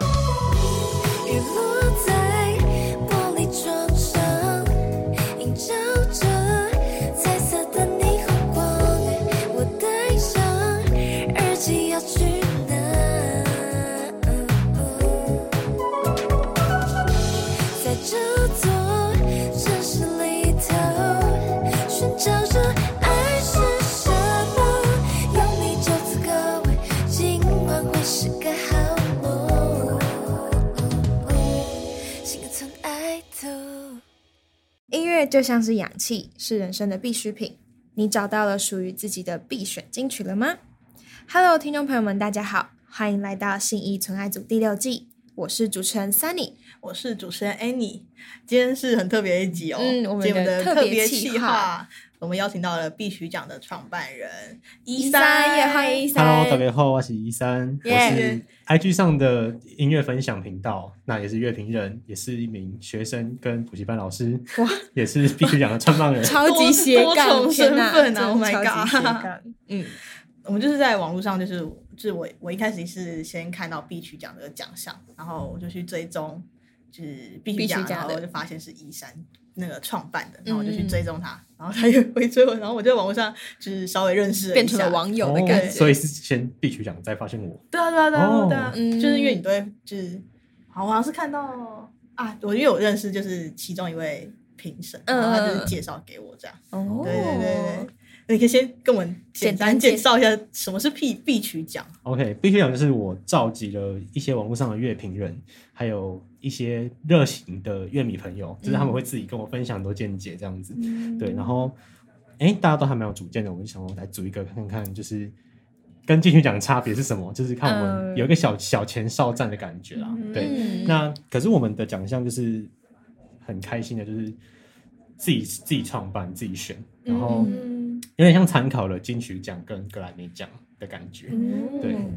雨落在玻璃窗上，映照着彩色的霓虹光。我戴上耳机要去哪？嗯在这座城市里头，寻找着爱是什么？有你就足够，今晚会是个好梦。心存爱的。音乐就像是氧气，是人生的必需品。你找到了属于自己的必选金曲了吗？Hello，听众朋友们，大家好，欢迎来到信义纯爱组第六季，我是主持人 Sunny。我是主持人 Annie，今天是很特别的一集哦，嗯我们的今天的特特别别企企划划，我们邀请到了必须奖的创办人一三三，也欢迎一三 Hello，大家好，我是一三，我耶是 IG 上的音乐分享频道，那也是乐评人，也是一名学生跟补习班老师，哇，。也是必须讲的创办 人超级斜杠，多重天哪身份啊真的 Oh my 超级 god 斜杠，嗯，我们就是在网络上，就是就是我我一开始是先看到必须奖这个奖项，然后我就去追踪，就是必须必奖，须奖然的后我就发现是一山那个创办的，然后我就嗯去追踪他，然后他 也回追我，然后我就在网络上就是稍微认识了 一变成下了网友的哦感觉。所以是先必须讲，再发现我。对啊，对啊，对啊，对啊，哦嗯就是因为你都会就是，好，我好像是看到啊，我因为我认识就是其中一位评审，嗯然后他就是介绍给我这样，哦，对对对对，你可以先跟我们简单介绍一下什么是必必取奖， OK，必须讲就是我召集了一些网络上的乐评人，还有一些热情的乐迷朋友，就是他们会自己跟我分享很多见解这样子。对，然后哎、诶大家都还蛮有主见的，我就想我来组一个看看，就是跟进去讲的差别是什么，就是看我嗯们有一个小小前哨战的感觉啦。对，嗯那可是我们的奖项就是很开心的，就是自己自己创办、自己选，然后嗯有点像参考了金曲奖跟格莱美奖的感觉。对嗯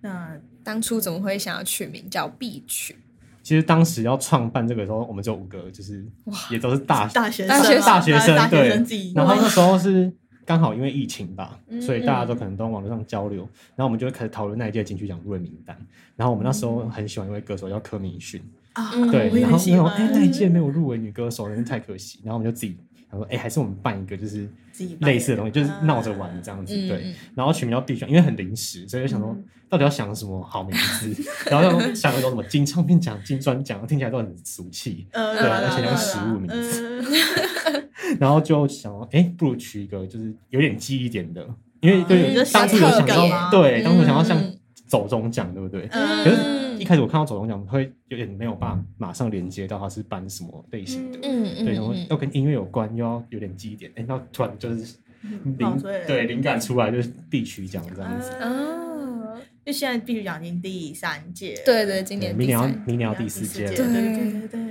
那当初怎么会想要取名叫必曲？其实当时要创办这个时候，我们只有五个，就是也都是大大学大学生生嘛大学生大对学生自己，然后那时候是刚好因为疫情吧，所以大家都嗯可能都网络上交流，然后我们就会开始讨论那一届金曲奖入围名单。然后我们那时候很喜欢一位歌手叫柯敏勋，啊，嗯对我，也然后很喜那种哎、那欢一届没有入围女歌手，真是太可惜。然后我们就自己想说，哎、还是我们办一个就是自己办类似的东西，就是闹着玩这样子，嗯对嗯。然后取名叫必选，因为很临时，所以就想说到底要想什么好名字，然后要想那种什么金唱片奖、金专奖，听起来都很俗气。呃，对啦而且啦用啦食物名嗯然后就想说，哎、不如取一个就是有点记忆点的，因为嗯对就当初有想小特到，稿对，当初想要像嗯走中奖，对不对？嗯可是一开始我看到走中奖，会有点没有办法马上连接到它是办什么类型呃的，嗯嗯对，然后嗯要跟音乐有关，又要有点记忆点，哎、那突然就是冒灵出来了对灵感出来就是必取奖 这样嗯子。啊，哦，就现在必须奖已经第三届了，对对，今对嗯年第明年要三，明年要第四届对了，对对对对，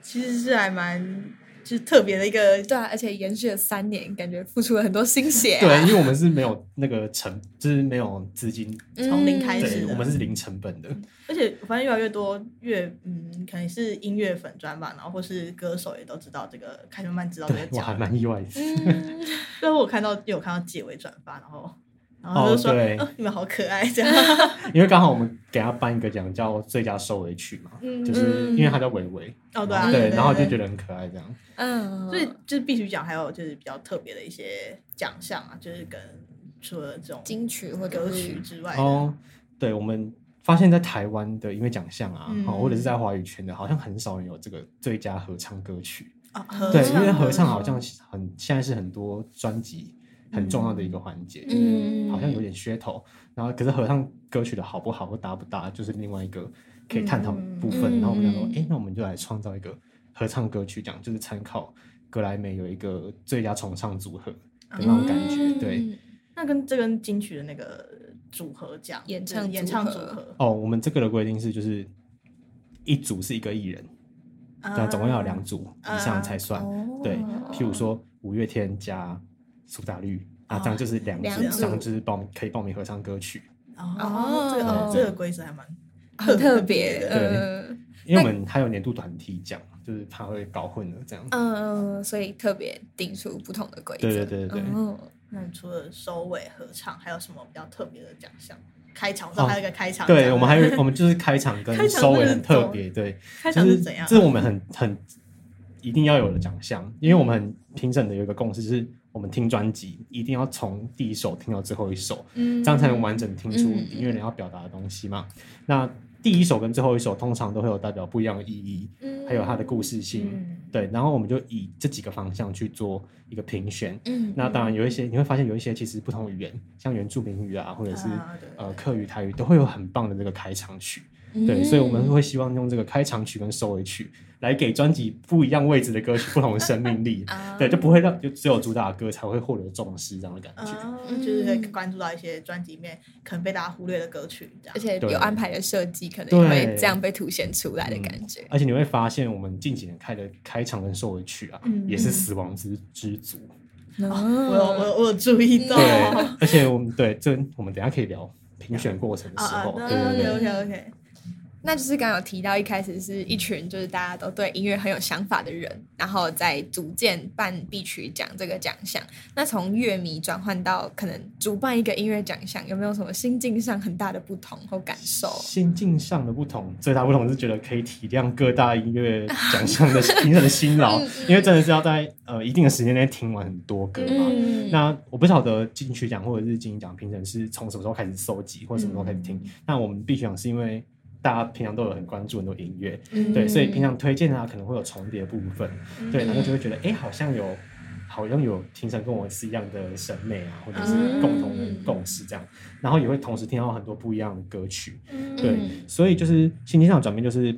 其实是还蛮就是特别的一个，对啊，而且延续了三年，感觉付出了很多心血啊。对，因为我们是没有那个成，就是没有资金，嗯，从零开始对，的我们是零成本的，而且我发现越来越多乐，嗯，可能是音乐粉专吧，然后或是歌手也都知道这个，开始慢慢知道这个对我还奖。蛮意外的。嗯，最后我看到有看到结尾转发，然后然后就说、哦对哦你们好可爱这样。因为刚好我们给他颁一个奖叫最佳收尾曲嘛，嗯就是因为他叫伟伟，哦对啊，对，对，然后就觉得很可爱这样。嗯， 所以就是必须奖，还有就是比较特别的一些奖项啊，就是跟除了这种金嗯曲或者歌是曲之外的，哦，对，我们发现在台湾的音乐奖项啊嗯，哦，或者是在华语圈的，好像很少人有这个最佳合唱歌曲。啊哦合对，唱因为合唱好像很现在是很多专辑很重要的一个环节，嗯，好像有点噱头。然后可是合唱歌曲的好不好或搭不搭，就是另外一个可以探讨的部分。嗯然后我们想说，嗯哎、那我们就来创造一个合唱歌曲奖，就是参考格莱美有一个最佳重唱组合的那种感觉。嗯对，，那跟这跟金曲的那个组合奖，演唱就是演组唱合组合，哦，我们这个的规定是就是一组是一个艺人，那、啊总共要有两组以上才算。哦对，譬如说五月天加苏打绿。啊，这样就是两两组，这样组就是报名可以报名合唱歌曲。哦，这个哦哦这个规则还蛮很特别的，的。嗯因为我们还有年度团体奖，就是怕会搞混了这哦样。嗯，所以特别定出不同的规则。对对对对对哦那你除了收尾合唱，还有什么比较特别的奖项？开场，我知道哦还有一个开场奖，对，我们 还有我们就是开场跟开场收真尾的很是特走别，对，开就场是是怎样？这是我们很很一定要有的奖项，因为我们很评审的有一个共识，就是我们听专辑一定要从第一首听到最后一首，嗯，这样才能完整听出嗯音乐人要表达的东西嘛。那第一首跟最后一首通常都会有代表不一样的意义，嗯还有它的故事性。嗯，对，然后我们就以这几个方向去做一个评选。嗯，那当然有一些你会发现有一些其实不同语言，像原住民语啊，或者是啊对呃客语、台语都会有很棒的这个开场曲。嗯。对，所以我们会希望用这个开场曲跟收尾曲来给专辑不一样位置的歌曲不同的生命力啊对，就不会让就只有主打歌才会获得重视这样的感觉。啊，嗯就是会关注到一些专辑里面可能被大家忽略的歌曲，这样而。且对有安排的设计，可能对也会这样被凸显出来的感觉。而且你会发现，我们近几年开的开场跟收尾曲啊，嗯也是死亡之之足。哦嗯我有我有我有注意嗯到，对，而且我们对这我们等一下可以聊评选过程的啊时啊候，对对，OK 对。 OK OK，那就是刚刚有提到，一开始是一群就是大家都对音乐很有想法的人，然后再逐渐办必曲奖这个奖项。那从乐迷转换到可能主办一个音乐奖项，有没有什么心境上很大的不同或感受？心境上的不同，最大不同是觉得可以体谅各大音乐奖项的评审的 辛劳，因为真的是要在呃一定的时间内听完很多歌嘛。嗯那我不晓得金曲奖或者是金鹰奖评审是从什么时候开始收集，或者什么时候开始听。嗯那我们必须讲是因为大家平常都有很关注很多音乐，嗯对，所以平常推荐啊可能会有重叠的部分，对，然后就会觉得哎、诶好像有。好像有评审跟我是一样的审美啊，或者是共同的嗯共识这样，然后也会同时听到很多不一样的歌曲，对，嗯所以就是心情上的转变就是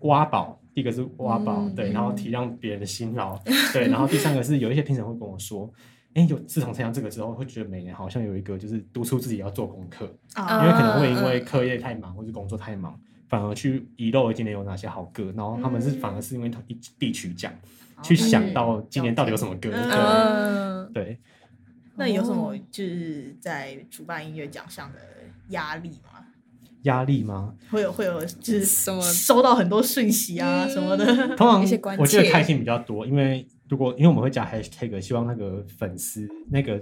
挖宝，第一个是挖宝，嗯对，然后体谅别人的辛劳，对，然后第三个是有一些评审会跟我说。哎，有自从参加这个之后，会觉得每年好像有一个就是督促自己要做功课，啊嗯因为可能会因为课业太忙或是工作太忙，反而去遗漏了今年有哪些好歌，然后他们是嗯反而是因为一必取奖哦去想到今年到底有什么歌，嗯对嗯，对，那有什哦么就是在主办音乐奖项的压力吗？压力吗？会有会有就是什么收到很多讯息啊嗯什么的，通常一些关我觉得切开心比较多，因为如果因为我们会加 hashtag，希望那个粉丝那个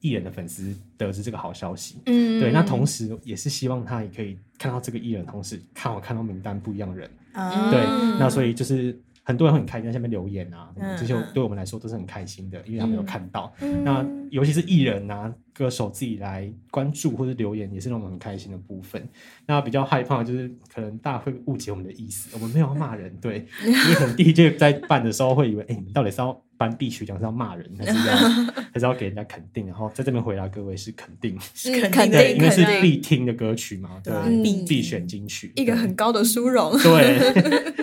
艺人的粉丝得知这个好消息。嗯对，那同时也是希望他也可以看到这个艺人，同时看我看到名单不一样的人。啊对嗯，那所以就是很多人很开心在下面留言啊，嗯这些嗯对我们来说都是很开心的，因为他们有看到。嗯那尤其是艺人啊、歌手自己来关注或者留言，也是让我们很开心的部分。那比较害怕的就是可能大家会误解我们的意思，我们没有要骂人，对，因为可能第一届在办的时候会以为，哎、你们到底是要颁必须奖是要骂人，还是要还是要给人家肯定？然后在这边回答各位是肯定，嗯肯肯定对，定因为是肯定必听的歌曲嘛，对对啊，必必选金曲，一个很高的殊荣。对。对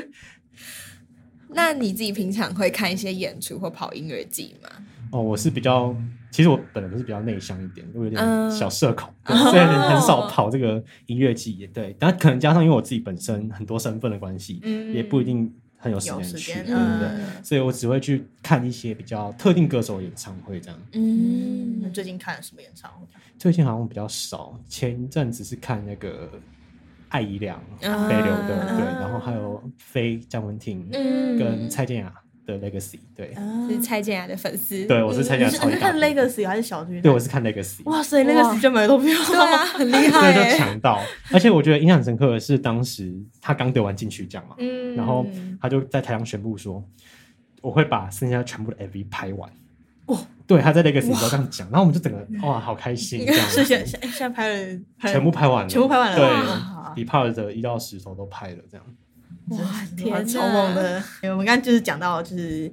那你自己平常会看一些演出或跑音乐季吗？哦，我是比较，其实我本人是比较内向一点，我有嗯点小社 恐，对所以很很少跑这个音乐季也对。但可能加上因为我自己本身很多身份的关系，嗯也不一定很有时有间时去，间对嗯不对？所以我只会去看一些比较特定歌手的演唱会这样。嗯，那嗯，最近看了什么演唱会？最近好像比较少，前一阵子是看那个艾怡良飞啊流的，对，然后还有飞姜文婷嗯跟蔡健雅的 Legacy，对，是蔡健雅的粉丝，对我是蔡健啊你是雅超你级是大看粉丝， Legacy 还是小巨蛋？对我是看 Legacy，哇塞，Legacy 就买得到票，对啊， 很厉害对，就欸，抢到。而且我觉得印象深刻的是，当时他刚得完金曲奖嘛，嗯然后他就在台上宣布说，我会把剩下全部的 MV 拍完。哇对，他在那个时候这样讲，然后我们就整个哇，好开心，这样 是现现现在拍了，拍了全部拍完了，全部拍完了，对，哇比 p a r 的一到十头都拍了，这样。哇，天哪超猛的！我们刚刚就是讲到，就是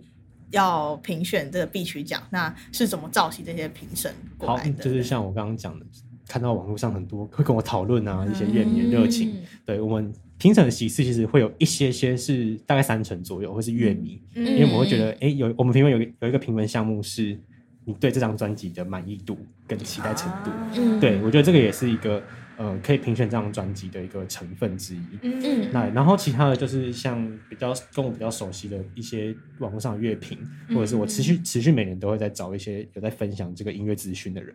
要评选这个必取奖，那是怎么召集这些评审过好来，的？就是像我刚刚讲的，看到网络上很多会跟我讨论啊，一些乐嗯迷的热情，对我们评审的席次其实会有一些些是大概三成左右，会是乐迷，嗯，因为我会觉得，哎、有我们评委有一个有一个评分项目是你对这张专辑的满意度跟期待程度。啊嗯对我觉得这个也是一个呃可以评选这张专辑的一个成分之一。嗯那然后其他的就是像比较跟我比较熟悉的一些网络上的乐评，嗯或者是我持续持续每年都会在找一些有在分享这个音乐资讯的人，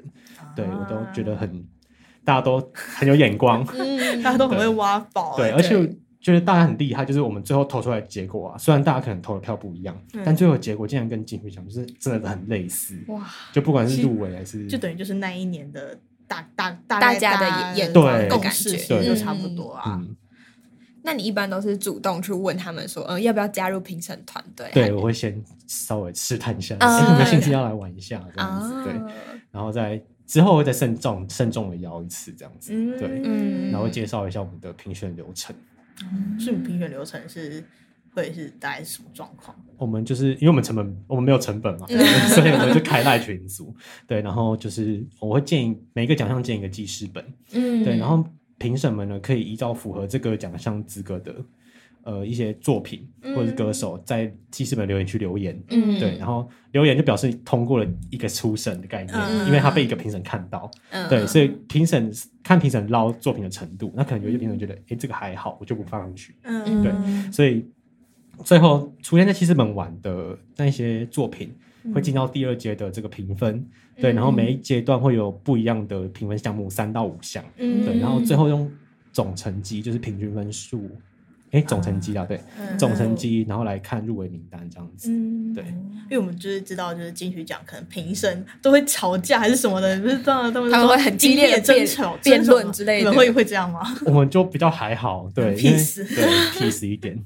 对我都觉得很大家都很有眼光，嗯大家都很会挖宝、对，哎而且觉得大家很厉害，就是我们最后投出来的结果啊，虽然大家可能投的票不一样，嗯但最后的结果竟然跟金曲奖就是真的很类似，哇，就不管其是实入围还是就等于就是那一年的大大大大概家的大眼对光的共感识觉其实就嗯差不多啊。嗯，那你一般都是主动去问他们说，嗯，要不要加入评审团队？哎对我会先稍微试探一下， 啊哎有没有兴致要来玩一下这样啊子，，对，然后再之后会再慎重慎重的邀一次这样子，嗯对，嗯然后介绍一下我们的评选流程。嗯所以你评选流程是会是大概是什么状况？我们就是因为我们成本我们没有成本嘛，嗯所以我们就开赖群组，对，然后就是我会建议每一个奖项建一个记事本，嗯对，然后评审们呢可以依照符合这个奖项资格的呃一些作品或者是歌手，在记事本留言区留言。嗯对，然后留言就表示通过了一个初审的概念，嗯因为他被一个评审看到，嗯对，所以评审看评审捞作品的程度，那可能有些评审觉得，诶，这个还好，我就不放上去，嗯，对所以最后出现在七十本玩的那些作品会进嗯到第二阶的这个评分，对，然后每一阶段会有不一样的评分项目，三到五项，嗯对，然后最后用总成绩就是平均分数，哎，总成绩啊，对，嗯总成绩，然后来看入围名单这样子，嗯对，因为我们就是知道，就是金曲奖可能评审都会吵架还是什么的，不是知道他们他们说会很激激烈烈地争辩吵、辩争吵论吗之类你们的会会这样吗？我们就比较还好，对，因为 peace 对 peace 一点，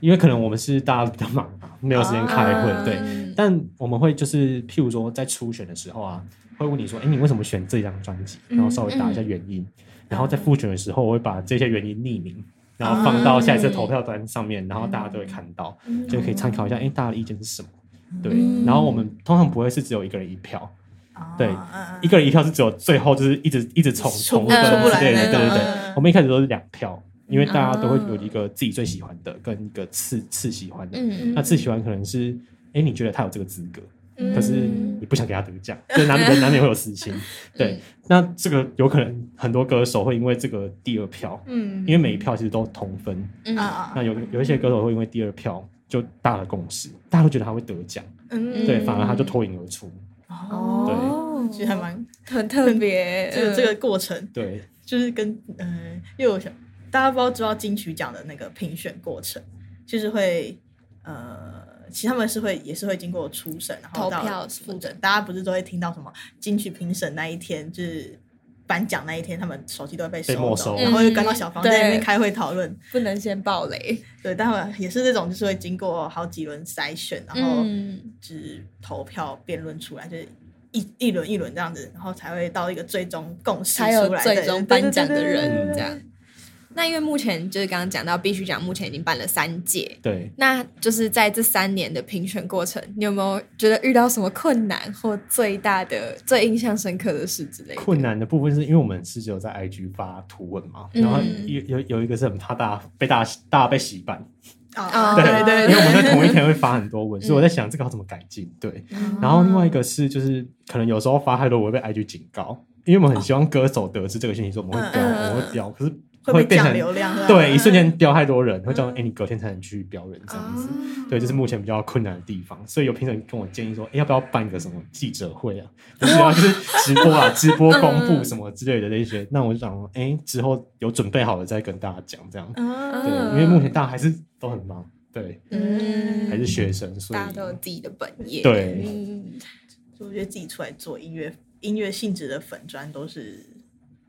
因为可能我们是大家都比较忙啊，没有时间开会，啊对，但我们会就是，譬如说在初选的时候啊，会问你说，哎、你为什么选这张专辑？嗯然后稍微打一下原因，然后在复选的时候，我会把这些原因匿哦名，然后放到下一次投票单上面，然后大家都会看到，嗯就可以参考一下，哎、大家的意见是什么？对，然后我们通常不会是只有一个人一票， 对啊，一个人一票是只有最后就是一直一直重出重不分嗯出不来之类的，那种对对对嗯。我们一开始都是两票，因为大家都会嗯有一个自己最喜欢的跟一个次次喜欢的，嗯那自己喜欢可能是，哎、你觉得他有这个资格，嗯可是你不想给他得奖，就 难免难免会有私心。嗯对，那这个有可能很多歌手会因为这个第二票，嗯因为每一票其实都同分，嗯啊啊，那有有一些歌手会因为第二票就大了共识，大家都觉得他会得奖，嗯对，反而他就脱颖而出。哦，哦其实还蛮很特别， 这个这个过程对，就是跟呃，因为我想大家不知道知道金曲奖的那个评选过程，就是会呃，其实他们是会也是会经过初审，然后投到票什么复的审，大家不是都会听到什么金曲评审那一天就是。颁奖那一天，他们手机都会被被收没走收然后又赶到小房嗯间里面对开会讨论。不能先暴雷，对，但我也是这种，就是会经过好几轮筛选，然后嗯就是投票辩论出来，就是一一轮一轮这样子，然后才会到一个最终共识才有出来，最对终颁奖的。对对对对对对人对这样。那因为目前就是刚刚讲到必须奖，目前已经办了三届，对，那就是在这三年的评选过程，你有没有觉得遇到什么困难或最大的、最印象深刻的事之类的？困难的部分是因为我们是只有在 IG 发图文嘛，嗯然后有有有一个是很怕大家被大家大家被洗版，啊，对对对因为对，嗯我们在同一天会发很多文，所以我在想这个要怎么改进。对，嗯然后另外一个是就是可能有时候发太多我会被 IG 警告，因为我们很希望歌手得知这个讯息，说我们会嗯标，嗯我们会标，可是会被变降成流量，吧对一瞬间标太多人，会这样，哎，你隔天才能去标人这样子。啊对，这是目前比较困难的地方，所以有评审跟我建议说，哎，要不要办一个什么记者会啊？就是要就是直播啊，直播公布什么之类的那些。那我就想说，哎，之后有准备好了再跟大家讲这样。嗯对，因为目前大家还是都很忙，对，嗯还是学生，所以大家都有自己的本业，对嗯所以我觉得自己出来做音乐音乐性质的粉砖都是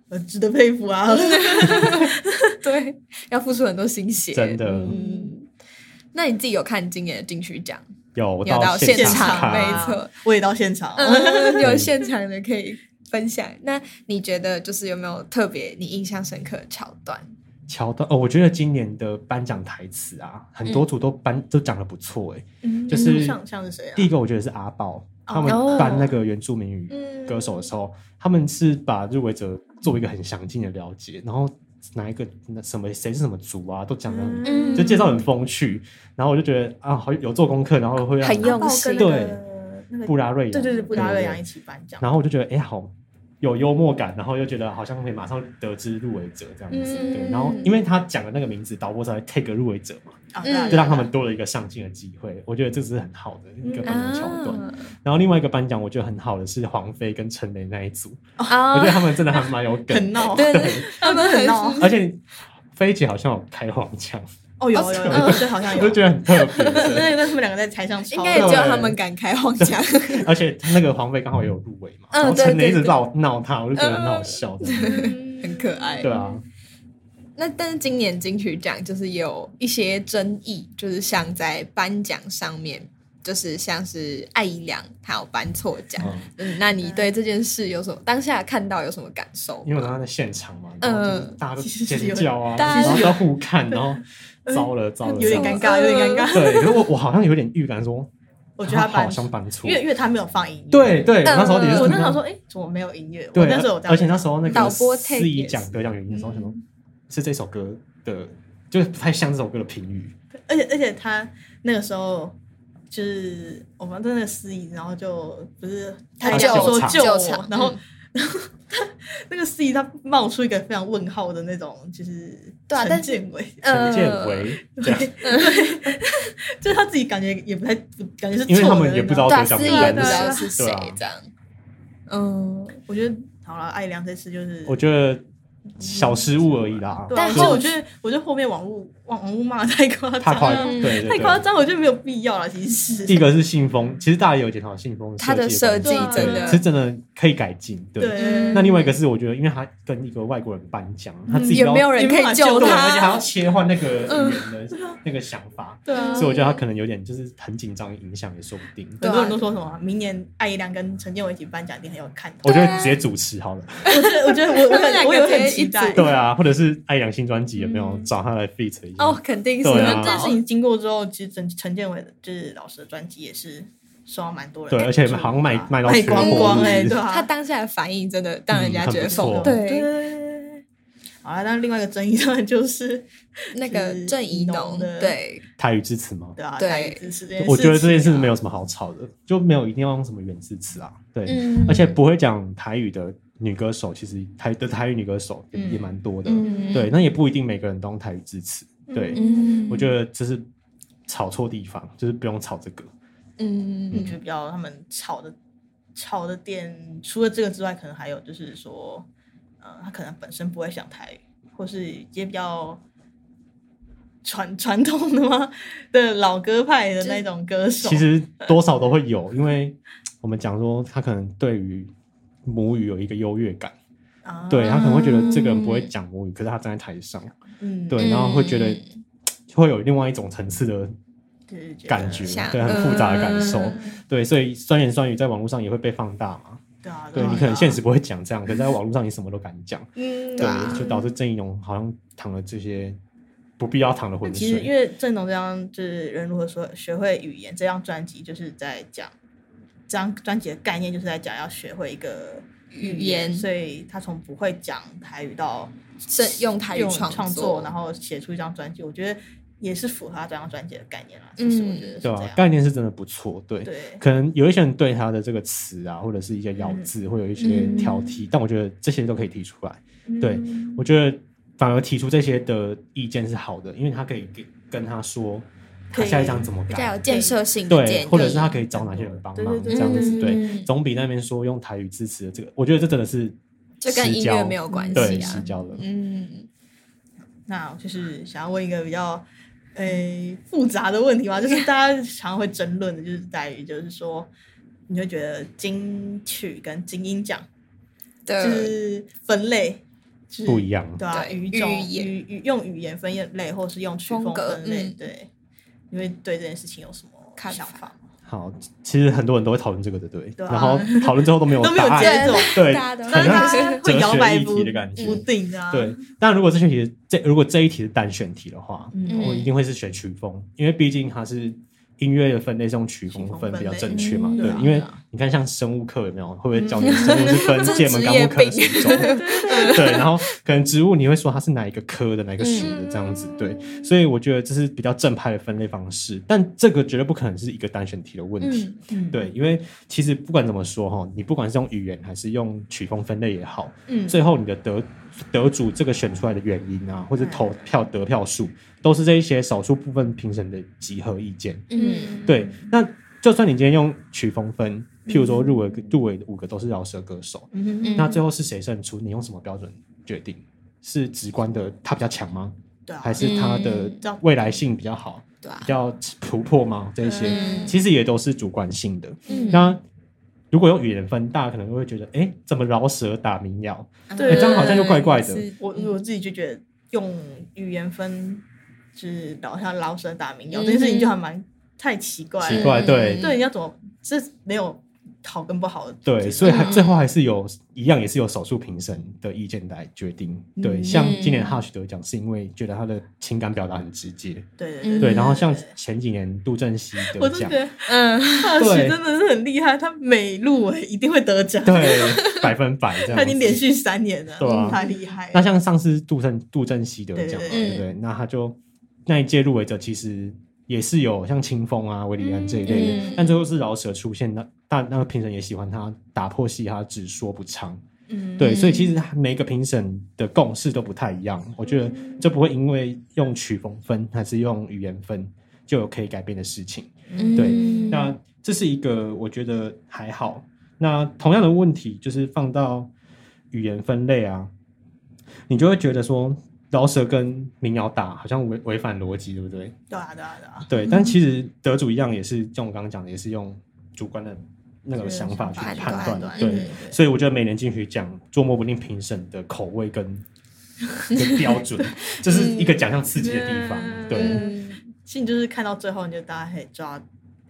呃值得佩服啊。对，要付出很多心血，真的嗯，那你自己有看今年的金曲奖？有有到现现场看没 错，我也到现场，嗯，有现场的可以分享。那你觉得就是有没有特别你印象深刻的桥段？桥段哦，我觉得今年的颁奖台词啊，很多组都颁、嗯都讲的不错哎、就是像像是谁啊第？一个我觉得是阿豹，他们哦颁那个原住民语歌手的嗯时候，他们是把入围者做一个很详尽的了解，然后哪一个那什么谁是什么族啊，都讲的很、嗯就介绍得很风趣，然后我就觉得啊，好有做功课，然后会让很用报心跟那对个那个布拉瑞扬对对对，布达瑞扬一起颁奖，然后我就觉得哎、好有幽默感，然后又觉得好像可以马上得知入围者这样子。嗯对，然后因为他讲的那个名字，导播才会 take 入围者嘛，啊，嗯就让他们多了一个上镜的机会。我觉得这是很好的一个颁嗯奖桥段。啊然后另外一个颁奖，我觉得很好的是黄飞跟陈雷那一组，我觉得哦，他们真的还蛮有梗。很闹，对对，他们很闹，而且飞姐好像有开黄腔，哦，有有有，对，好像我有就，觉得很特嗯别。那那他们两个在台上吵应该也只有他们敢开黄腔。而且那个黄飞刚好也有入围嘛，嗯然后陈雷一直对对对闹闹他，我就觉得很嗯好笑。这样很很可爱。对啊，那但是今年金曲奖就是有一些争议，就是像在颁奖上面，就是像是艾怡良她有颁错奖，嗯嗯，那你对这件事有什么当下看到有什么感受？因为我刚刚在现场嘛，然嗯后就是大家都尖叫啊，其然实有后都互看，然后糟了糟了，嗯有点糟尴了尬，有点尴尬。对，可是我我好像有点预感说，我觉得他好搬，像搬错因。为因为他没有放音乐，对对，我那时候也是我听那时到候，说，哎，怎么没有音乐？我对，那时候有这样，而且那时候那导个播 take 司仪奖得奖原因的时候，我想说嗯是这首歌的，就是不太像这首歌的评语。而且而且他那个时候就是我们真的司仪，然后就不是他还救讲说场救救我场，然后那个司仪他冒出一个非常问号的那种，就是对啊但陈是建伟， 陈建伟嗯这样，就是他自己感觉也不太感觉是因为错他的们也那不知种道对啊，得司奖仪名也单不知道是是谁对啊这样，嗯，我觉得好了，艾良这次就是我觉得小失误而已啦。但对啊，但是是我觉得，我觉得后面网络网网络骂得太夸太张夸了，对对太对夸张，我觉得没有必要了。其实第一个是信封，其实大家也有检讨信封他的设计设计真对的是真的可以改进。对，对，那另外一个是我觉得，因为他跟一个外国人颁奖，他嗯自己也要没有人可以救对，而且还他，要切换那个语言的那个想法，对啊所以我觉得他可能有点就是很紧张，影响也说不定。很多人都说什么明年艾怡良跟陈建伟一起颁奖，一定很有看头。我觉得直接主持好了，我觉得，我觉得我我他们两很个我也直接很期待一。对啊，或者是艾扬新专辑有没有找他来 feat 一下？哦，肯定是对那啊这件事情经过之后，其实陈陈建伟的就是老师的专辑也是收到蛮多人关注对，而的啊，且好像卖卖到卖全国光光哎，是不对是啊，他当下的反应真的让人家嗯觉得很不错疯了，对对。对对好了，但另外一个争议当然就是那个是郑怡宜农农，的对，台语支持吗？对啊，对台语支持这件我觉得这件事情啊没有什么好吵的，就没有一定要用什么原字词啊。对，嗯而且不会讲台语的女歌手，其实台的台语女歌手也嗯也蛮多的。嗯对，那也不一定每个人都用台语支持。对，嗯我觉得这是吵错地方，就是不用吵这个。嗯我觉得比较他们吵的吵的点，除了这个之外，可能还有就是说，呃，他可能本身不会讲台语，或是一些比较传传统的吗 的老歌派的那种歌手。其实多少都会有，因为我们讲说他可能对于母语有一个优越感，啊，对他可能会觉得这个人不会讲母语，可是他站在台上，嗯，对，然后会觉得会有另外一种层次的就是觉得感觉，像对，很复杂的感受，嗯对，所以酸言酸语在网络上也会被放大嘛，对啊，对啊你可能现实，不会讲这样，可是在网络上你什么都敢讲，嗯，对啊，就导致郑义农好像淌了这些不必要淌的那浑其实因水，为郑董这张就是人如何说学会语言这张专辑，就是在讲这张专辑的概念，就是在讲要学会一个语言所以他从不会讲台语到是用台语用创创作然后写出一张专辑，我觉得也是符合他这张专辑的概念啦。其实我觉得嗯是这对样吧？，概念是真的不错，对。啊对可能有一些人对他的这个词啊，或者是一些咬字，会有一些挑剔，但我觉得这些都可以提出来。对嗯我觉得反而提出这些的意见是好的，因为他可以给跟他说他可以下一张怎么比较改，有建设性的建对，议，或者是他可以找哪些人帮对对忙对这样子，对，嗯总比那边说用台语支持的这个，我觉得这真的是就跟音失焦乐没有关对系失啊，焦了。嗯，那我就是想要问一个比较诶、复杂的问题嗯吧，就是大家常常会争论的，就是在于就是说，你会觉得金曲跟金音奖就对，是分类。就是不一样对啊，呃对语种语言语语用语言分类，或是用曲风风格分类，嗯对，你会对这件事情有什么看想法法？好，其实很多人都会讨论这个的，对，对啊然后讨论之后都没有都没有答结案，论，对，大家都很大像家 会哲摇学摆议不题的感觉不。定的、啊，对，但如果这学期这如果这一题是单选题的话，嗯我一定会是选曲风，因为毕竟它是音乐的分类是用曲风分比较正确嘛。曲风分类对啊，因为啊你看像生物课有没有，会不会教你生物是分这是界门职纲业目科病属种？ 对，然后可能植物你会说它是哪一个科的、哪一个属的这样子，对，所以我觉得这是比较正派的分类方式，但这个绝对不可能是一个单选题的问题。嗯，对，因为其实不管怎么说哈，你不管是用语言还是用曲风分类也好，嗯最后你的得得主这个选出来的原因啊，或者投票得票数，都是这一些少数部分评审的集合意见。嗯对，那就算你今天用曲风分，譬如说入围入围的五个都是饶舌歌手，嗯哼，嗯那最后是谁胜出？你用什么标准决定？是直观的他比较强吗？对啊，还是他的嗯这样未来性比较好？对啊比较突破吗？这一些、嗯其实也都是主观性的。嗯那如果用语言分，大家可能会觉得，哎、怎么饶舌打民谣？对哎这样好像就怪怪的是我我自己就觉得用语言分就是老像老舌打民谣这件事情就还蛮太奇怪了，奇怪，嗯对对，你要怎么这没有好跟不好的对，所以还嗯最后还是有一样，也是有少数评审的意见来决定。对，嗯像今年 Hush 得奖，是因为觉得他的情感表达很直接。对嗯对对，然后像前几年杜振熙我得真奖的觉，得 嗯大对徐真的是很厉害，他每路哎一定会得奖，对，百分百这样。他已经连。续三年了，对啊太厉害那了。像上次杜振杜振熙得奖嘛，对对对对不对？那他就那一届入围者其实也是有像清风啊、韦礼安这一类的，嗯但最后是饶舌出现，那大那个评审也喜欢他，打破嘻哈只说不唱。嗯，对，所以其实每个评审的共识都不太一样，我觉得这不会因为用曲风分还是用语言分就有可以改变的事情。对嗯那这是一个我觉得还好。那同样的问题就是放到语言分类啊，你就会觉得说饶舌跟民谣打好像违违反逻辑，对不对？对啊，对啊，对啊，对，但其实得主一样也是，像我刚刚讲的，也是用主观的那个想法去就是判断的。判断对对，所以我觉得每年金曲奖捉摸不定评审的口味跟跟标 准，这是一个奖项刺激的地方。嗯对，嗯其实你就是看到最后，你就大概可以抓，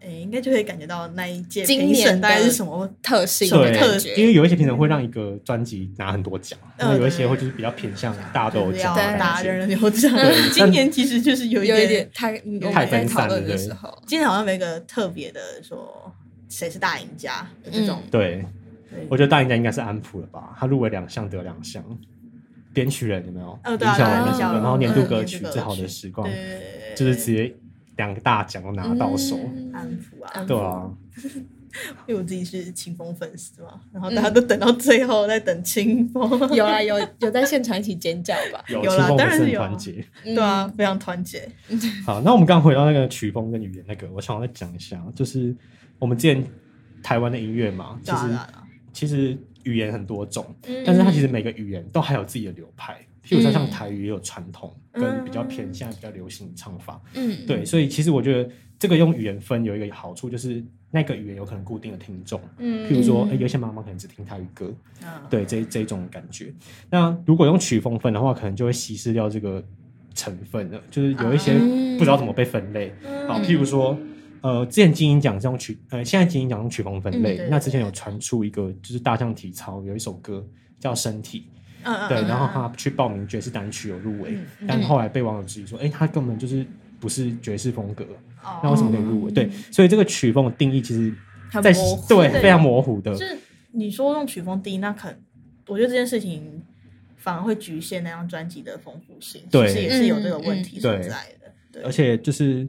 哎，应该就可以感觉到那一届今评审年大概是的什么。特性的感对，因觉，为有一些评审会让一个专辑拿很多奖，嗯那有一些会就是比较偏向大家都有就是要奖的打感觉。人人有奖对， 今年其实就是有有一一点点，太嗯我太们在分讨散了论的对时候，今年好像没有一个特别的说谁是大赢家的这种。对，对我觉得大赢家应该是安普了吧？他入围两项得两项，编曲人有没有？哦对啊林小对啊龙林小然后龙年度嗯歌年度曲歌《最好的曲时光对》，对对对，就是直接两个大奖都拿到手。嗯安抚啊，安抚对啊，因为我自己是清风粉丝嘛，然后大家都等到最后在等清风，有啦，有有在现场一起尖叫吧？有有清啦风当的然是很是有团啊结。嗯 对啊，，非常团结。好，那我们刚回到那个曲风跟语言那个，我想要再讲一下，就是我们之前台湾的音乐嘛，其对啊实对啊，对啊其实语言很多种，但是它其实每个语言都还有自己的流派。譬如说像嗯台语也有传统，跟比较偏现在比较流行的唱法。嗯，对，所以其实我觉得这个用语言分有一个好处，就是那个语言有可能固定的听众。譬如说，嗯诶有一些妈妈可能只听台语歌，嗯对这这种感觉。那如果用曲风分的话，可能就会稀释掉这个成分了，就是有一些啊嗯不知道怎么被分类。好，嗯譬如说，呃，之前金鹰奖是用曲，呃，现在金鹰奖用曲风分类。嗯对那之前有传出一个就是大象体操有一首歌叫《身体》，嗯嗯，对，嗯然后他去报名爵士单曲有入围嗯，但后来被网友质疑说，哎，他根本就是不是爵士风格，哦那为什么可以入围？对，所以这个曲风的定义其实很在模糊对对非常模糊的就，是你说用曲风低，那可能我觉得这件事情反而会局限那张专辑的丰富性，对其实也是有这个问题嗯存在的。对，而且就是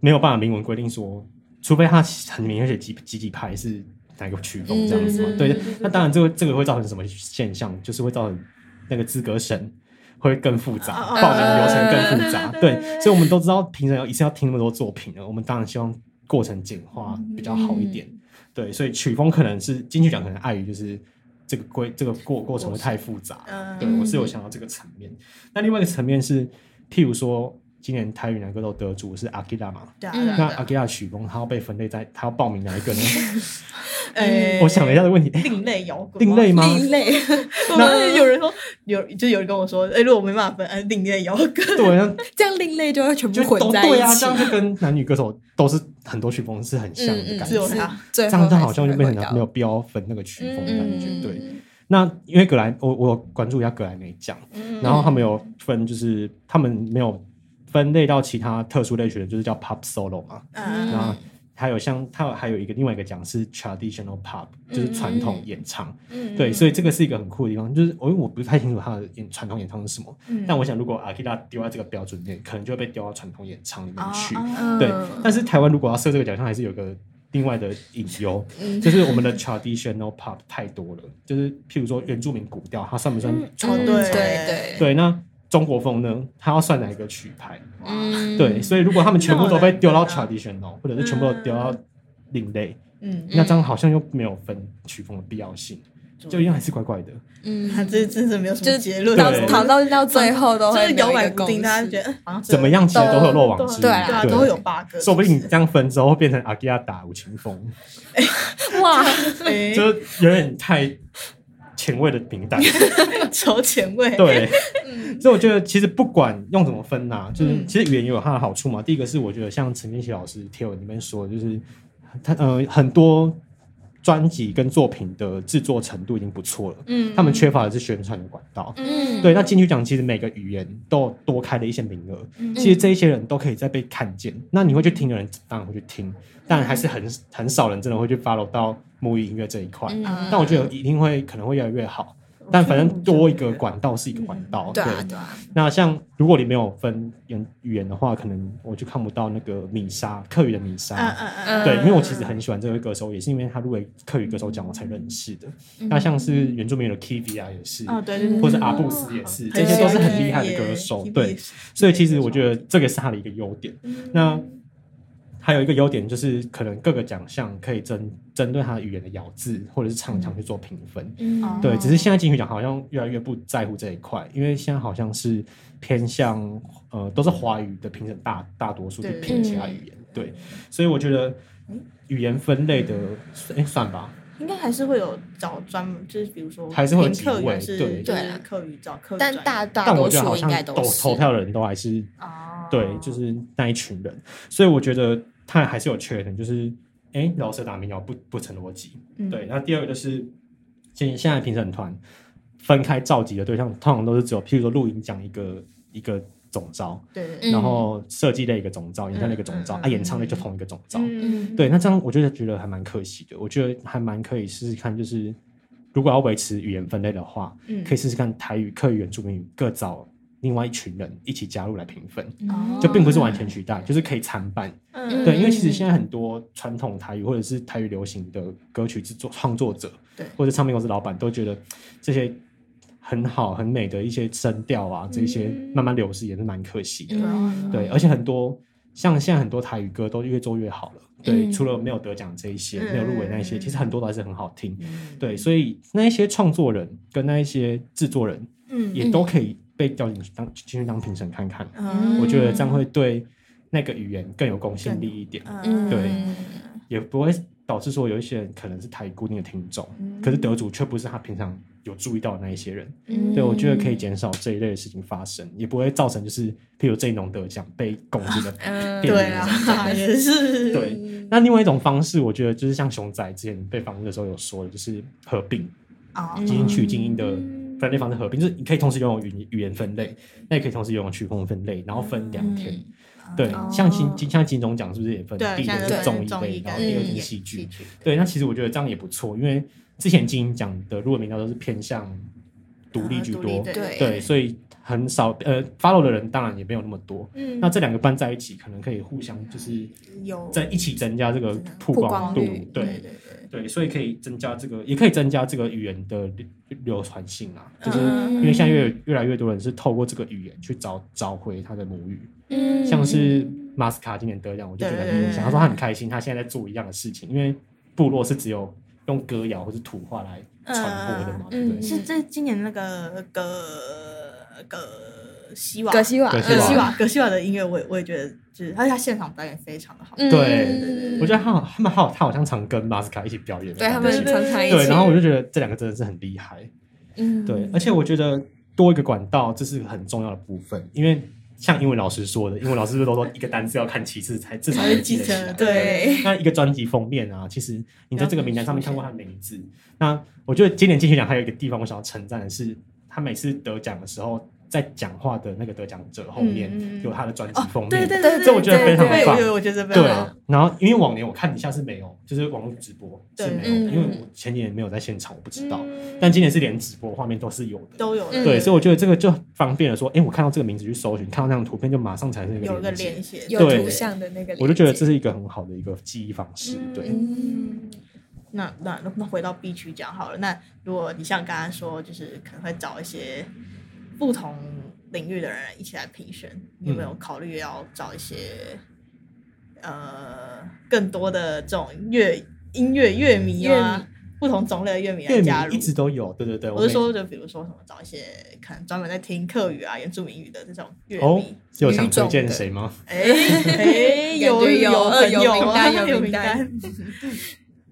没有办法明文规定说，除非他很明确写几几几拍是哪个曲风这样子嘛。嗯对对对对，那当然这个这个会造成什么现象？就是会造成那个资格审会更复杂，啊报名流程更复杂。啊对对对对对对，对所以我们都知道评审要一次要听那么多作品了，我们当然希望过程简化嗯比较好一点。对，所以曲风可能是金曲奖可能碍于就是这个规这个过过程会太复杂，嗯对我是有想到这个层面。那另外一个层面是，譬如说今年台语男歌手得主是阿基拉嘛，对啊，嗯对那啊阿基拉曲风他要被分类在他要报名哪一 个呢？哎嗯我想了一下这个问题，诶另类摇滚，另类吗？另类， 那有人说有，就有人跟我说，哎，如果我没办法分，哎，另类摇滚，对，那 这样另类就会全部就混都在一对啊，起这，样就跟男女歌手都是很多曲风是很像嗯的感只觉。有他最这后样就还好是像就会变回成到没有必要分那个曲风的感觉，嗯对。那因为格莱，我我有关注一下格莱美奖，嗯然后他们有分，就是他们没有分类到其他特殊类群的，就是叫 pop solo 嘛。嗯那还有像它还有一个另外一个奖是 traditional pop，就是传统演唱。嗯对，所以这个是一个很酷的地方，就是我我不太清楚它的演传统演唱是什么，嗯但我想如果 Akira 丢在这个标准内，可能就会被丢到传统演唱里面去。嗯对，但是台湾如果要设这个奖项，还是有个另外的隐忧，嗯就是我们的 traditional pop 太多了，就是譬如说原住民古调，它算不算嗯传统？哦对对对，对，那中国风呢？它要算哪一个曲牌？嗯对，所以如果他们全部都被丢那到我 traditional，或者是全部都丢到另类，嗯，那这样好像又没有分曲风的必要性，就一样还是怪怪的。嗯他这真是没有什么结论，到对讨到到最后都就会是没有摇一摆个不共定，大家识。觉得嗯好像怎么样，其实都会有漏网之对鱼。对啊，啊都会有 bug，说不定你这样分之后会变成阿基亚打五情风，哇，哎 就是有点太前卫的 平淡。筹前卫，对，所以我觉得其实不管用怎么分呐、就是、嗯其实语言也有它的好处嘛。第一个是我觉得像陈明奇老师贴文里面说的，就是他呃很多专辑跟作品的制作程度已经不错了，嗯他们缺乏的是宣传的管道。嗯对，那金曲奖其实每个语言都多开了一些名额，嗯其实这一些人都可以再被看见。那你会去听的人当然会去听，但还是很很少人真的会去 follow 到母语音乐这一块。嗯但我觉得一定会可能会越来越好，但反正多一个管道是一个管道。对啊对啊，那像如果你没有分言语言的话，可能我就看不到那个米莎客语的米莎。嗯嗯嗯，对，因为我其实很喜欢这位歌手，也是因为他入围客语歌手奖我才认识的。那像是原住民的 Kivi 啊，也是，哦对对对，或者阿布斯也是，这些都是很厉害的歌手。对，，所以其实我觉得这个是他的一个优点。那还有一个优点就是，可能各个奖项可以针针对他的语言的咬字或者是唱腔去做评分。嗯对，只是现在金曲奖好像越来越不在乎这一块，因为现在好像是偏向呃都是华语的评审大大多数去对评其他语言，对，所以我觉得语言分类的哎、算吧，应该还是会有找专门，就是比如说还是会有几客位语是对就是对啊客语找客语专但业，大大但多我觉得数好应像该投都是嗯投票的人都还是哦对，就是那一群人，所以我觉得他还是有缺点，就是哎、诶饶舌打民谣不不成逻辑。嗯对，那第二个就是现现在评审团分开召集的对象，通常都是只有譬如说录音奖一个一个总招，对对嗯然后设计类一个总招，演唱类一个总招，嗯嗯啊，演唱类就同一个总招。嗯对，那这样我就觉得还蛮可惜的，我觉得还蛮可以试试看，就是如果要维持语言分类的话，嗯可以试试看台语、客语、原住民语各找另外一群人一起加入来评分。哦就并不是完全取代，就是可以参半。嗯对，因为其实现在很多传统台语或者是台语流行的歌曲制作创作者，对或者唱片公司老板都觉得这些很好很美的一些声调啊，这些嗯慢慢流失也是蛮可惜的。嗯对，而且很多像现在很多台语歌都越做越好了。对，嗯除了没有得奖这一些，嗯没有入围那一些，其实很多都还是很好听。嗯对，所以那一些创作人跟那一些制作人嗯也都可以被调进去当进去当评审看看。嗯我觉得这样会对那个语言更有公信力一点，嗯对也不会导致说有一些人可能是台语固定的听众，可是得主却不是他平常有注意到的那一些人。嗯对，我觉得可以减少这一类的事情发生，也不会造成就是譬如这一种得奖被攻击的嗯变对成这样啊， 也是对，那另外一种方式，我觉得就是像熊仔之前被访问的时候有说的，就是合并啊，基因曲、精英的分类方式合并，就是你可以同时拥有语语言分类，那也可以同时拥有曲风分类，然后分两天。对，像金金像金钟奖是不是也分对第一现个在是分综综艺艺类，然后跟第二个戏是剧戏剧。对，那其实我觉得这样也不错，因为之前金鹰奖的入围名单都是偏向独立居嗯啊独立多，对对对，所以很少呃 follow 的人当然也没有那么多。嗯那这两个班在一起，可能可以互相就是有在一起增加这个曝曝光光度率，对对对对，对，所以可以增加这个，也可以增加这个语言的流流传性啊，就是嗯因为现在越越来越多人是透过这个语言去找找回他的母语，嗯像是马斯卡今年得奖，我就觉得对很对影响。对他说他很开心，他现在在做一样的事情，因为部落是只有用歌谣或是土话来传播的嘛，对不嗯对？是这今年那个葛葛西瓦葛西瓦，葛西葛西嗯瓦葛西瓦的音乐，我也我也觉得就是，而且他现场表演非常的好，嗯对我觉得他好，他们好，他好像常跟马斯卡一起表演的对他感觉，们常常一起，对，然后我就觉得这两个真的是很厉害，嗯对，而且我觉得多一个管道这是很重要的部分，因为像英文老师说的，英文老师都说一个单词要看七次才至少才能会记得起来得，，对，那一个专辑封面啊，其实你在这个名单上面看过他的名字。那我觉得今年金曲奖还有一个地方我想要称赞的是，他每次得奖的时候，在讲话的那个得奖者后面嗯嗯嗯有他的专辑封面，对对对对，这我觉得非常对棒对，我觉得非常对棒，然后因为往年我看一下是没有，就是网络直播是没有的，对嗯因为我前几年没有在现场，我不知道。嗯但今年是连直播画面都是有的，都有的对，所以我觉得这个就方便了。说，哎、我看到这个名字去搜寻，看到那张图片，就马上产生一有个一个接连线，有对图像的那个连接，我就觉得这是一个很好的一个记忆方式。对，嗯那那那回到 B 区讲好了，那如果你像刚刚说，就是可能会找一些不同领域的人一起来评选，你有没有考虑要找一些呃更多的这种乐音乐乐迷乐啊，不同种类的乐迷来乐加迷入？一直都有，对对对，我是每说，就比如说什么找一些可能专门在听客语啊、原住民语的这种乐哦迷，，有想语种推的荐谁吗？哎哎，有感觉有有呃朋有友名啊，单有有名名单单。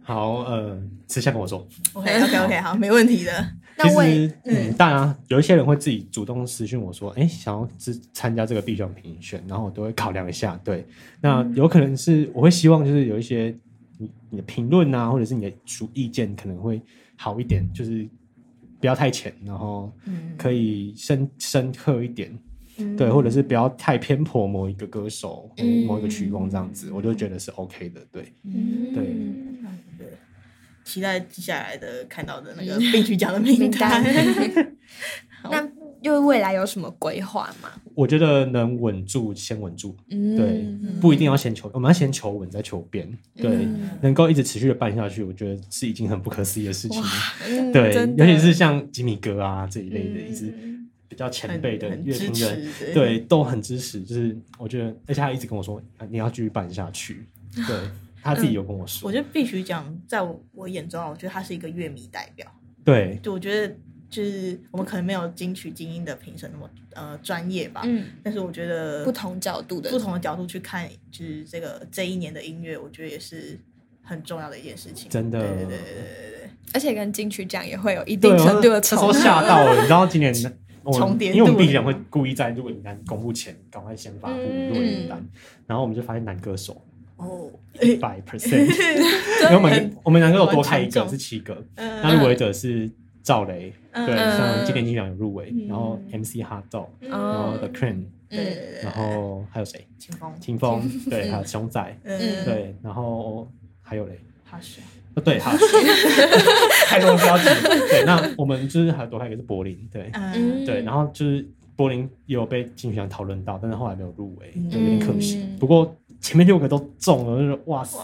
好，呃，私下跟我说。 OK OK OK，好，没问题的。其那我也实，嗯，当然啊有一些人会自己主动私讯我说，哎、想要支参加这个必选评选，然后我都会考量一下。对，那有可能是我会希望就是有一些你你的评论啊，或者是你的主意见可能会好一点，就是不要太浅，然后嗯，可以深深刻一点，对，或者是不要太偏颇某一个歌手、嗯某一个曲风这样子，我就觉得是 OK 的。对，嗯对对，期待接下来的看到的那个编曲奖的名名单 单。 那又未来有什么规划吗？我觉得能稳住先稳住，嗯对不一定要先求，我们要先求稳再求变，嗯对，能够一直持续的办下去，我觉得是一件很不可思议的事情。嗯对，真的尤其是像吉米哥啊这一类的，嗯一直比较前很辈的很乐支评人，持，对，都很支持。就是我觉得，而且他一直跟我说，啊你要继续办下去。对，他自己有跟我说我，觉得必须讲，在我我眼中啊，我觉得他是一个乐迷代表。对，就我觉得，就是我们可能没有金曲精英的评审那么呃专业吧，嗯，但是我觉得不同角度的不同的角度去看，就是这个这一年的音乐，我觉得也是很重要的一件事情。真的对对对对对对对。而且跟金曲奖也会有一对，定我程度的那时重候吓合。到了，你知道今年。我们重叠度因为我们必然会故意在如果你单公布前，赶快先发布嗯录音单，然后我们就发现男歌手哦，一百 percent，因为我们我们男歌手多开一个是七个，嗯那入围者是赵雷，嗯对，嗯像今年金奖有入围，嗯然后 MC Hot Dog，然后哦 The Cream，对对对对，然后还有谁？清风，霆锋，对，还有熊仔，嗯，对，然后还有嘞，好是，哦对，好， 太多标题，对，那我们就是还有多开一个是柏林，对，嗯，对，然后就是柏林也有被金曲奖讨论到，但是后来没有入围，嗯对，有点可惜嗯。不过前面六个都中了，就是哇塞，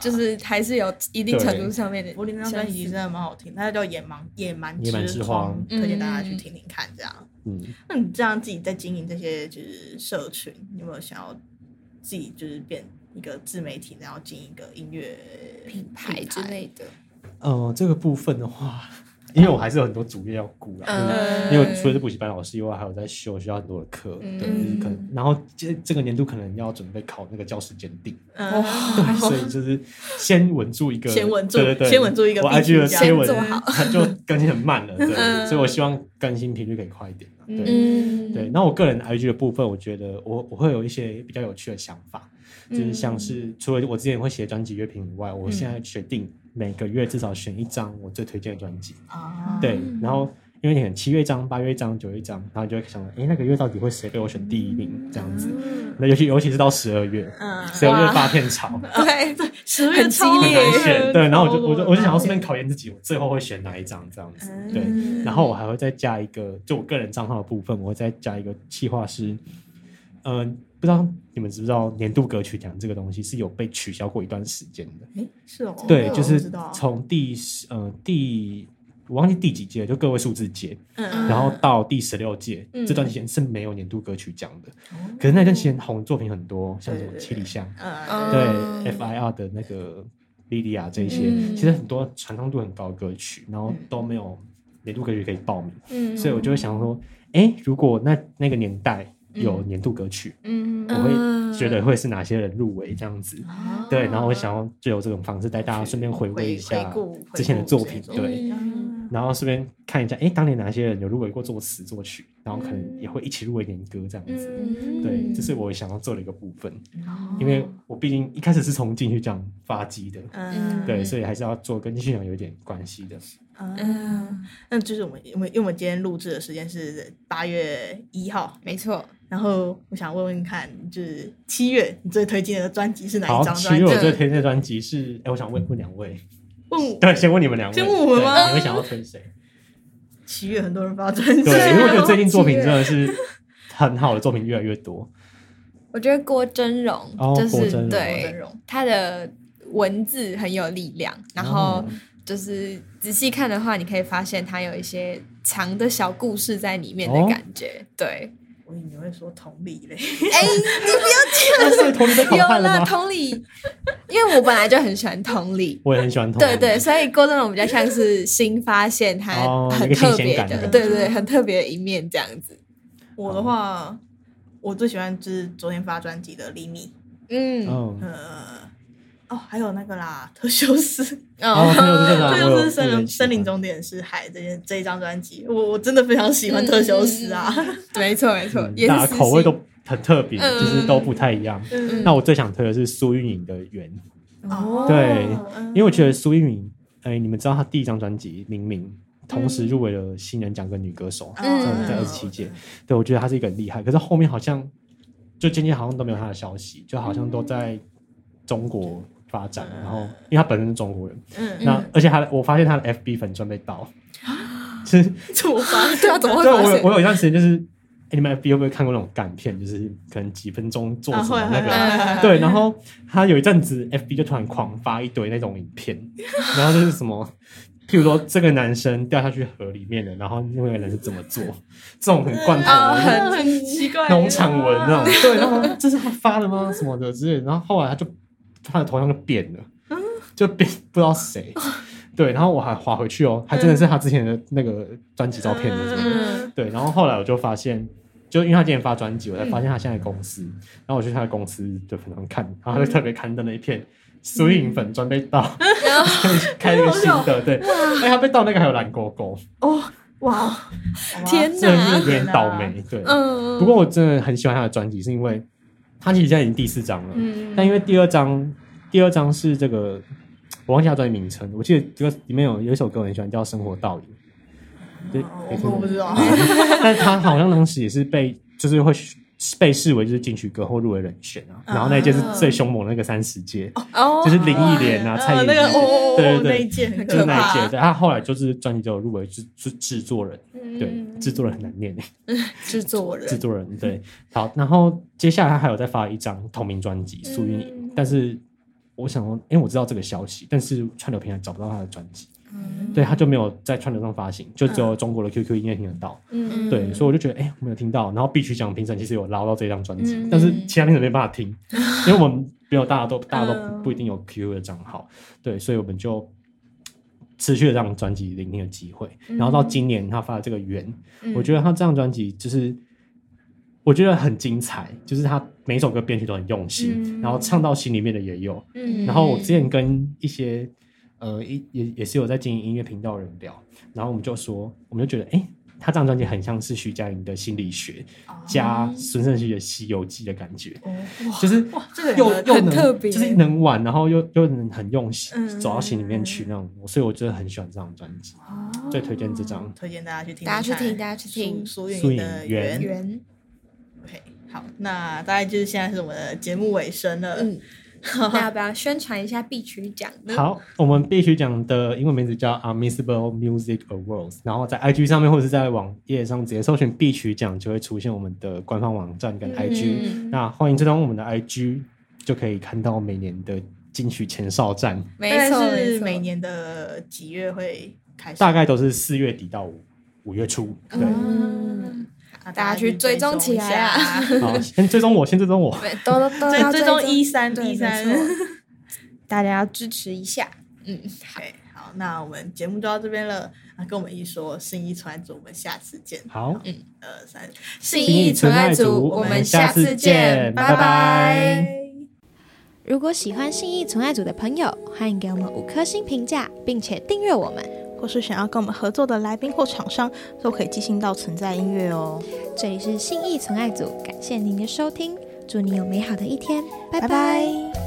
就是还是有一定程度上面的柏林那张专辑真的蛮好听，它叫《野蛮野蛮野蛮之荒荒》，推荐大家去听听看。这样，嗯。那你这样自己在经营这些就是社群，你有没有想要自己就是变一个自媒体，然后经营一个音乐品牌之？类的，呃，这个部分的话，因为我还是有很多主业要顾啦。就是嗯因为除了是补习班老师以外，还有在修需要很多的课，对，就是嗯可能，然后这这个年度可能要准备考那个教师鉴定，嗯，对，所以就是先稳住一个，先稳住对对对，先稳住一个我必 IG 须的这样推文先做好就更新很 慢了，对，嗯所以我希望更新频率可以快一点啊，对，嗯，对，那我个人 IG 的部分，我觉得我我会有一些比较有趣的想法，就是嗯像是除了我之前会写专辑乐评以外，我现在决定每个月至少选一张我最推荐的专辑。啊，对，然后因为你很七月一张、八月一张、九月一张，然后你就会想，哎、那个月到底会谁被我选第一名这样子？那尤其尤其是到十二月，嗯，十二月发片潮。对对，十月月超超多很对难选，对，然后我就我就我就想要顺是便考验自己，我最后会选哪一张这样子，对，嗯然后我还会再加一个，就我个人账号的部分，我会再加一个企划师，嗯、不知道你们知不知道年度歌曲奖这个东西是有被取消过一段时间的，哎，是哦，对，我就不是知道从第十呃第我忘记第几届，就各位数字届，嗯然后到第十六届、这段时间是没有年度歌曲奖的，可是那段时间红的作品很多，像什么哦对对七里香，嗯对嗯 FIR 的那个 Lydia 这一些，嗯其实很多传唱度很高的歌曲，嗯然后都没有年度歌曲可以报名，嗯 所以我就会想说，哎、如果那那个年代有年度歌曲，嗯我会觉得会是哪些人入围这样子。哦对，然后我想要就有这种方式带大家顺便回味一下回顾之前的作品，回顾对，嗯 然后顺便看一下，哎，当年哪些人有入围过作词作曲，然后可能也会一起入围年歌这样子。嗯对，这是我想要做的一个部分，嗯因为我毕竟一开始是从进去这样发迹的，嗯，对，所以还是要做跟进去有一点关系的。嗯，那就是我们我们因为我们今天录制的时间是八月一号，没错，然后我想问问看，就是七月你最推荐的专辑是哪好一，张其专实辑我？最推荐的专辑是，哎，我想问问两位，问我对，先问你们两位，先问我们对吗你们想要推谁？七月很多人发专辑，对，因为我觉啊得最近作品七月真的是很好的作品越 来越多。我觉得郭真荣哦就郭是真荣对他的文字很有力量，然哦后就是仔细看的话，你可以发现他有一些藏的小故事在里面哦的感觉。对，我以为你会说同理嘞，哎、那所以同理被淘有汰了了吗？同理，因为我本来就很喜欢同理。我也很喜欢同理对对，所以郭振荣比较像是新发现他哦那很个新特鲜别感的，的对对，很特别的一面这样子。我的话，我最喜欢就是昨天发专辑的李米，嗯，嗯，呃，哦，还有那个啦，特修斯，哦，哦，特修斯这张特我有修斯森林我有点喜欢森林终点是海这件这一张专辑，我我真的非常喜欢特修斯啊， 没错没错嗯，也大是家私口味心都很特别，就是都不太一样。嗯那我最想推的是苏运莹的《缘》，嗯哦对 嗯因为我觉得苏运莹，哎，你们知道她第一张专辑《明明》同时入围了新人奖跟女歌手，嗯在在二十七届。对，我觉得她是一个很厉害，可是后面好像就渐渐好像都没有她的消息，就好像都在中国发展。然后，因为她本身是中国人，嗯， 那而且她的我发现她的 FB 粉专被盗，是怎么办？对啊，怎么会对发我有现？我有一段时间就是，哎你们 FB 有没有看过那种干片，就是可能几分钟做啊什会么那 个？会对，然后他有一阵子 FB 就突然狂发一堆那种影 片，然后就是什么，譬如说这个男生掉下去河里面了，然后另外一个人是怎么做，这种很罐头啊的那种很哦 很奇怪，哦农场文那种，对，然后这是他发的吗？什么的之类的，然后后来他就他的头像就变了，就变不知道谁，哦对，然后我还划回去哦，还真的是他之前的那个专辑照片的什么的，嗯对，然后后来我就发现，就因为他之前发专辑，我才发现他现在的公司，然后我去他的公司的粉团看，然后他就特别刊登了一篇苏影粉专被盗， 开了一个新的，对，哎，他被盗那个还有蓝勾勾，哇，嗯天真的啊是哪有点倒霉，对，嗯，不过我真的很喜欢他的专辑，是因为他其实现在已经第四张了，嗯但因为第二张第二张是这个，我忘记他专辑名称，我记得这个里面有有一首歌我很喜欢，叫《生活道理》。对，没听哦我过我不知道， 但他好像当时也是被就是会被视为就是金曲歌后入围人选啊，然后那一届是最凶猛的那个三十届，哦就是林忆莲 啊、呃蔡依那林个哦啊，哦哦对对对那一届很就是可那一怕，届。对，他后来就是专辑就有入围制制制作人，嗯对，制作人很难念欸制作制人，作人对。好，然后接下来他还有再发一张同名专嗯辑《苏运莹》，但是我想说，因为我知道这个消息，但是串流平台找不到他的专辑，嗯对，他就没有在串流上发行，就只有中国的 QQ 音乐听得到。嗯对，所以我就觉得，哎、我没有听到。然后必须奖评审其实有捞到这张专辑，但是其他评审没办法听，因为我们没有大家都大家都不一定有 QQ 的账号，对，所以我们就持续的让专辑聆听的机会。然后到今年他发的这个《缘》，我觉得他这张专辑就是我觉得很精彩，就是他每首歌编曲都很用心，然后唱到心里面的也有。嗯然后我之前跟一些呃一也也是有在经营音乐频道的人聊，然后我们就说，我们就觉得，哎、他这张专辑很像是徐佳莹的心理学哦加孙盛旭的《西游记》的感觉，就是这个又有又能特别就是能玩，然后又又能很用心、嗯走到心里面去那种，所以我真的很喜欢这张专辑，最推荐这张。推荐大家去听，大家去听，大家去听苏苏运莹运的缘。缘圆 OK，好，那大概就是现在是我们的节目尾声了。 嗯那要不要宣传一下必曲奖呢？好，我们必须讲的英文名字叫 Unmissable Music Awards，然后在 IG 上面或者是在网页上直接搜寻必曲奖，就会出现我们的官方网站跟 IG。嗯那欢迎追踪我们的 IG，就可以看到每年的金曲前哨战，没错，大概没是错每年的几月会开始？大概都是四月底到五五月初。对，嗯，啊大家去追踪起来啊大家去追踪一 下好，先追踪我，先追踪我。对都都都要追追踪一对三没一错三。哦大家要支持一下。 OK，好，那我们节目就到这边了。啊，跟我们一说新一传组，我们下次见。好，二三，信义纯爱组，我们下次见，拜拜。如果喜欢信义存爱组的朋友，欢迎给我们五颗星评价，并且订阅我们。或是想要跟我们合作的来宾或厂商，都可以寄信到存在音乐哦。这里是信义存爱组，感谢您的收听，祝你有美好的一天，拜拜拜拜嗯